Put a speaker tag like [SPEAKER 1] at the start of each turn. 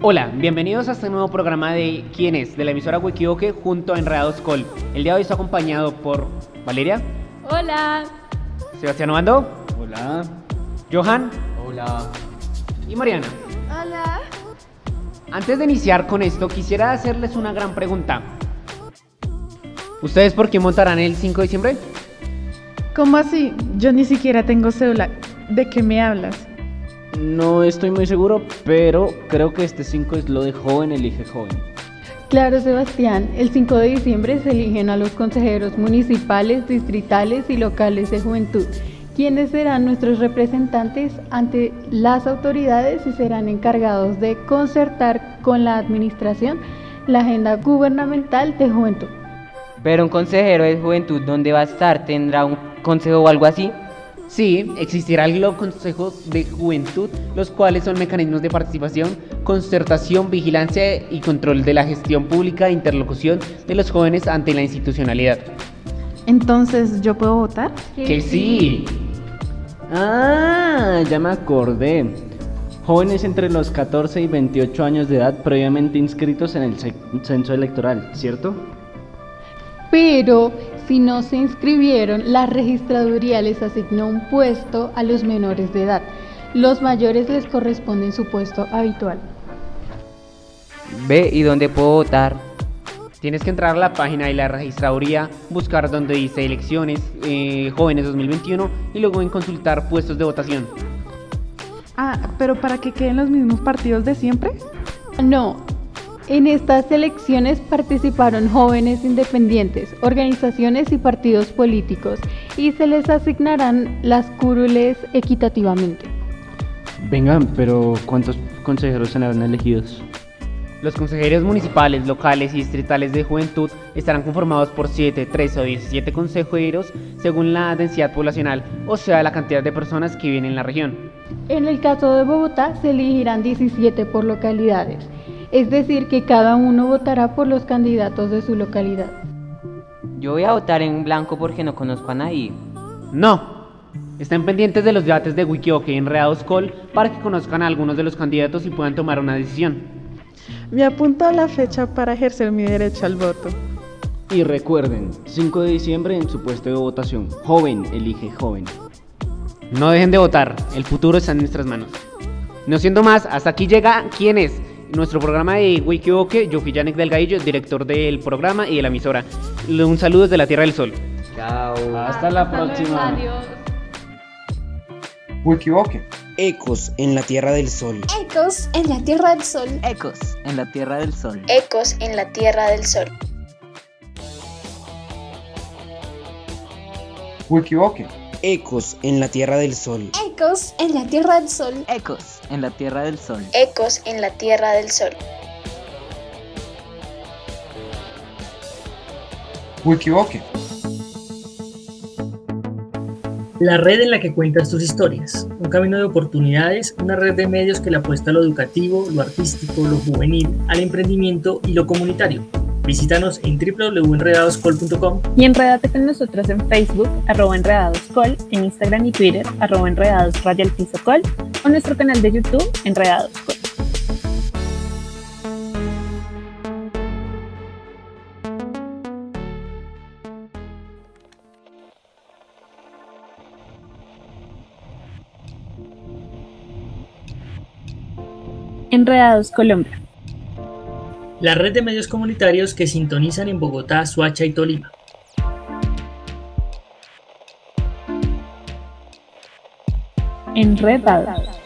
[SPEAKER 1] Hola, bienvenidos a este nuevo programa de ¿Quién es? de la emisora Wikioque junto a Enredados Col. El día de hoy está acompañado por Valeria,
[SPEAKER 2] Hola.
[SPEAKER 1] Sebastián Obando,
[SPEAKER 3] Hola.
[SPEAKER 1] Johan
[SPEAKER 3] Hola.
[SPEAKER 1] y Mariana.
[SPEAKER 2] Hola.
[SPEAKER 1] Antes de iniciar con esto, quisiera hacerles una gran pregunta. ¿Ustedes por qué montarán el 5 de diciembre?
[SPEAKER 4] ¿Cómo así? Yo ni siquiera tengo cédula. ¿De qué me hablas?
[SPEAKER 3] No estoy muy seguro, pero creo que este 5 es lo de joven elige joven.
[SPEAKER 2] Claro, Sebastián. El 5 de diciembre se eligen a los consejeros municipales, distritales y locales de juventud, quienes serán nuestros representantes ante las autoridades y serán encargados de concertar con la administración la agenda gubernamental de juventud.
[SPEAKER 5] Pero un consejero de juventud, ¿dónde va a estar? ¿Tendrá un consejo o algo así?
[SPEAKER 1] Sí, existirán los consejos de juventud, los cuales son mecanismos de participación, concertación, vigilancia y control de la gestión pública e interlocución de los jóvenes ante la institucionalidad.
[SPEAKER 4] Entonces, ¿yo puedo votar?
[SPEAKER 1] ¡Que sí!
[SPEAKER 3] Ah, ya me acordé. Jóvenes entre los 14 y 28 años de edad previamente inscritos en el ce- censo electoral, ¿cierto?
[SPEAKER 2] Pero si no se inscribieron, la registraduría les asignó un puesto a los menores de edad. Los mayores les corresponde su puesto habitual.
[SPEAKER 5] Ve, ¿y dónde puedo votar?
[SPEAKER 1] Tienes que entrar a la página de la registraduría, buscar donde dice elecciones eh, jóvenes 2021 y luego en consultar puestos de votación.
[SPEAKER 4] Ah, pero para que queden los mismos partidos de siempre.
[SPEAKER 2] No, en estas elecciones participaron jóvenes independientes, organizaciones y partidos políticos y se les asignarán las curules equitativamente.
[SPEAKER 3] Vengan, pero ¿cuántos consejeros serán elegidos?
[SPEAKER 1] Los consejeros municipales, locales y distritales de juventud estarán conformados por 7, 13 o 17 consejeros según la densidad poblacional, o sea, la cantidad de personas que viven en la región.
[SPEAKER 2] En el caso de Bogotá se elegirán 17 por localidades, es decir, que cada uno votará por los candidatos de su localidad.
[SPEAKER 5] Yo voy a votar en blanco porque no conozco a nadie.
[SPEAKER 1] No. Están pendientes de los debates de Wikioque y Enredados Call para que conozcan a algunos de los candidatos y puedan tomar una decisión.
[SPEAKER 4] Me apunto a la fecha para ejercer mi derecho al voto.
[SPEAKER 3] Y recuerden, 5 de diciembre en su puesto de votación. Joven elige joven.
[SPEAKER 1] No dejen de votar, el futuro está en nuestras manos. No siendo más, hasta aquí llega quién es. Nuestro programa de Wikioque, yo fui Yannick Delgadillo, director del programa y de la emisora. Un saludo desde la Tierra del Sol.
[SPEAKER 5] Chao.
[SPEAKER 3] Hasta la próxima.
[SPEAKER 6] Wikivoque.
[SPEAKER 7] Ecos en la Tierra del Sol.
[SPEAKER 8] Ecos en la Tierra del Sol.
[SPEAKER 5] Ecos en la Tierra del Sol.
[SPEAKER 8] Ecos en la Tierra del Sol.
[SPEAKER 6] Wikivoque.
[SPEAKER 7] Ecos en la Tierra del Sol.
[SPEAKER 8] Ecos en la Tierra del Sol.
[SPEAKER 5] Ecos en la Tierra del Sol.
[SPEAKER 8] Ecos en la Tierra del Sol.
[SPEAKER 6] Wikivoque.
[SPEAKER 9] La red en la que cuentas tus historias, un camino de oportunidades, una red de medios que le apuesta a lo educativo, lo artístico, lo juvenil, al emprendimiento y lo comunitario. Visítanos en www.enredadoscol.com
[SPEAKER 10] Y enredate con nosotros en Facebook, arroba enredadoscol, en Instagram y Twitter, arroba enredados raya al piso col, o nuestro canal de YouTube, Enredados Col. Enredados Colombia.
[SPEAKER 9] la red de medios comunitarios que sintonizan en Bogotá, Suacha y Tolima.
[SPEAKER 10] Enredados.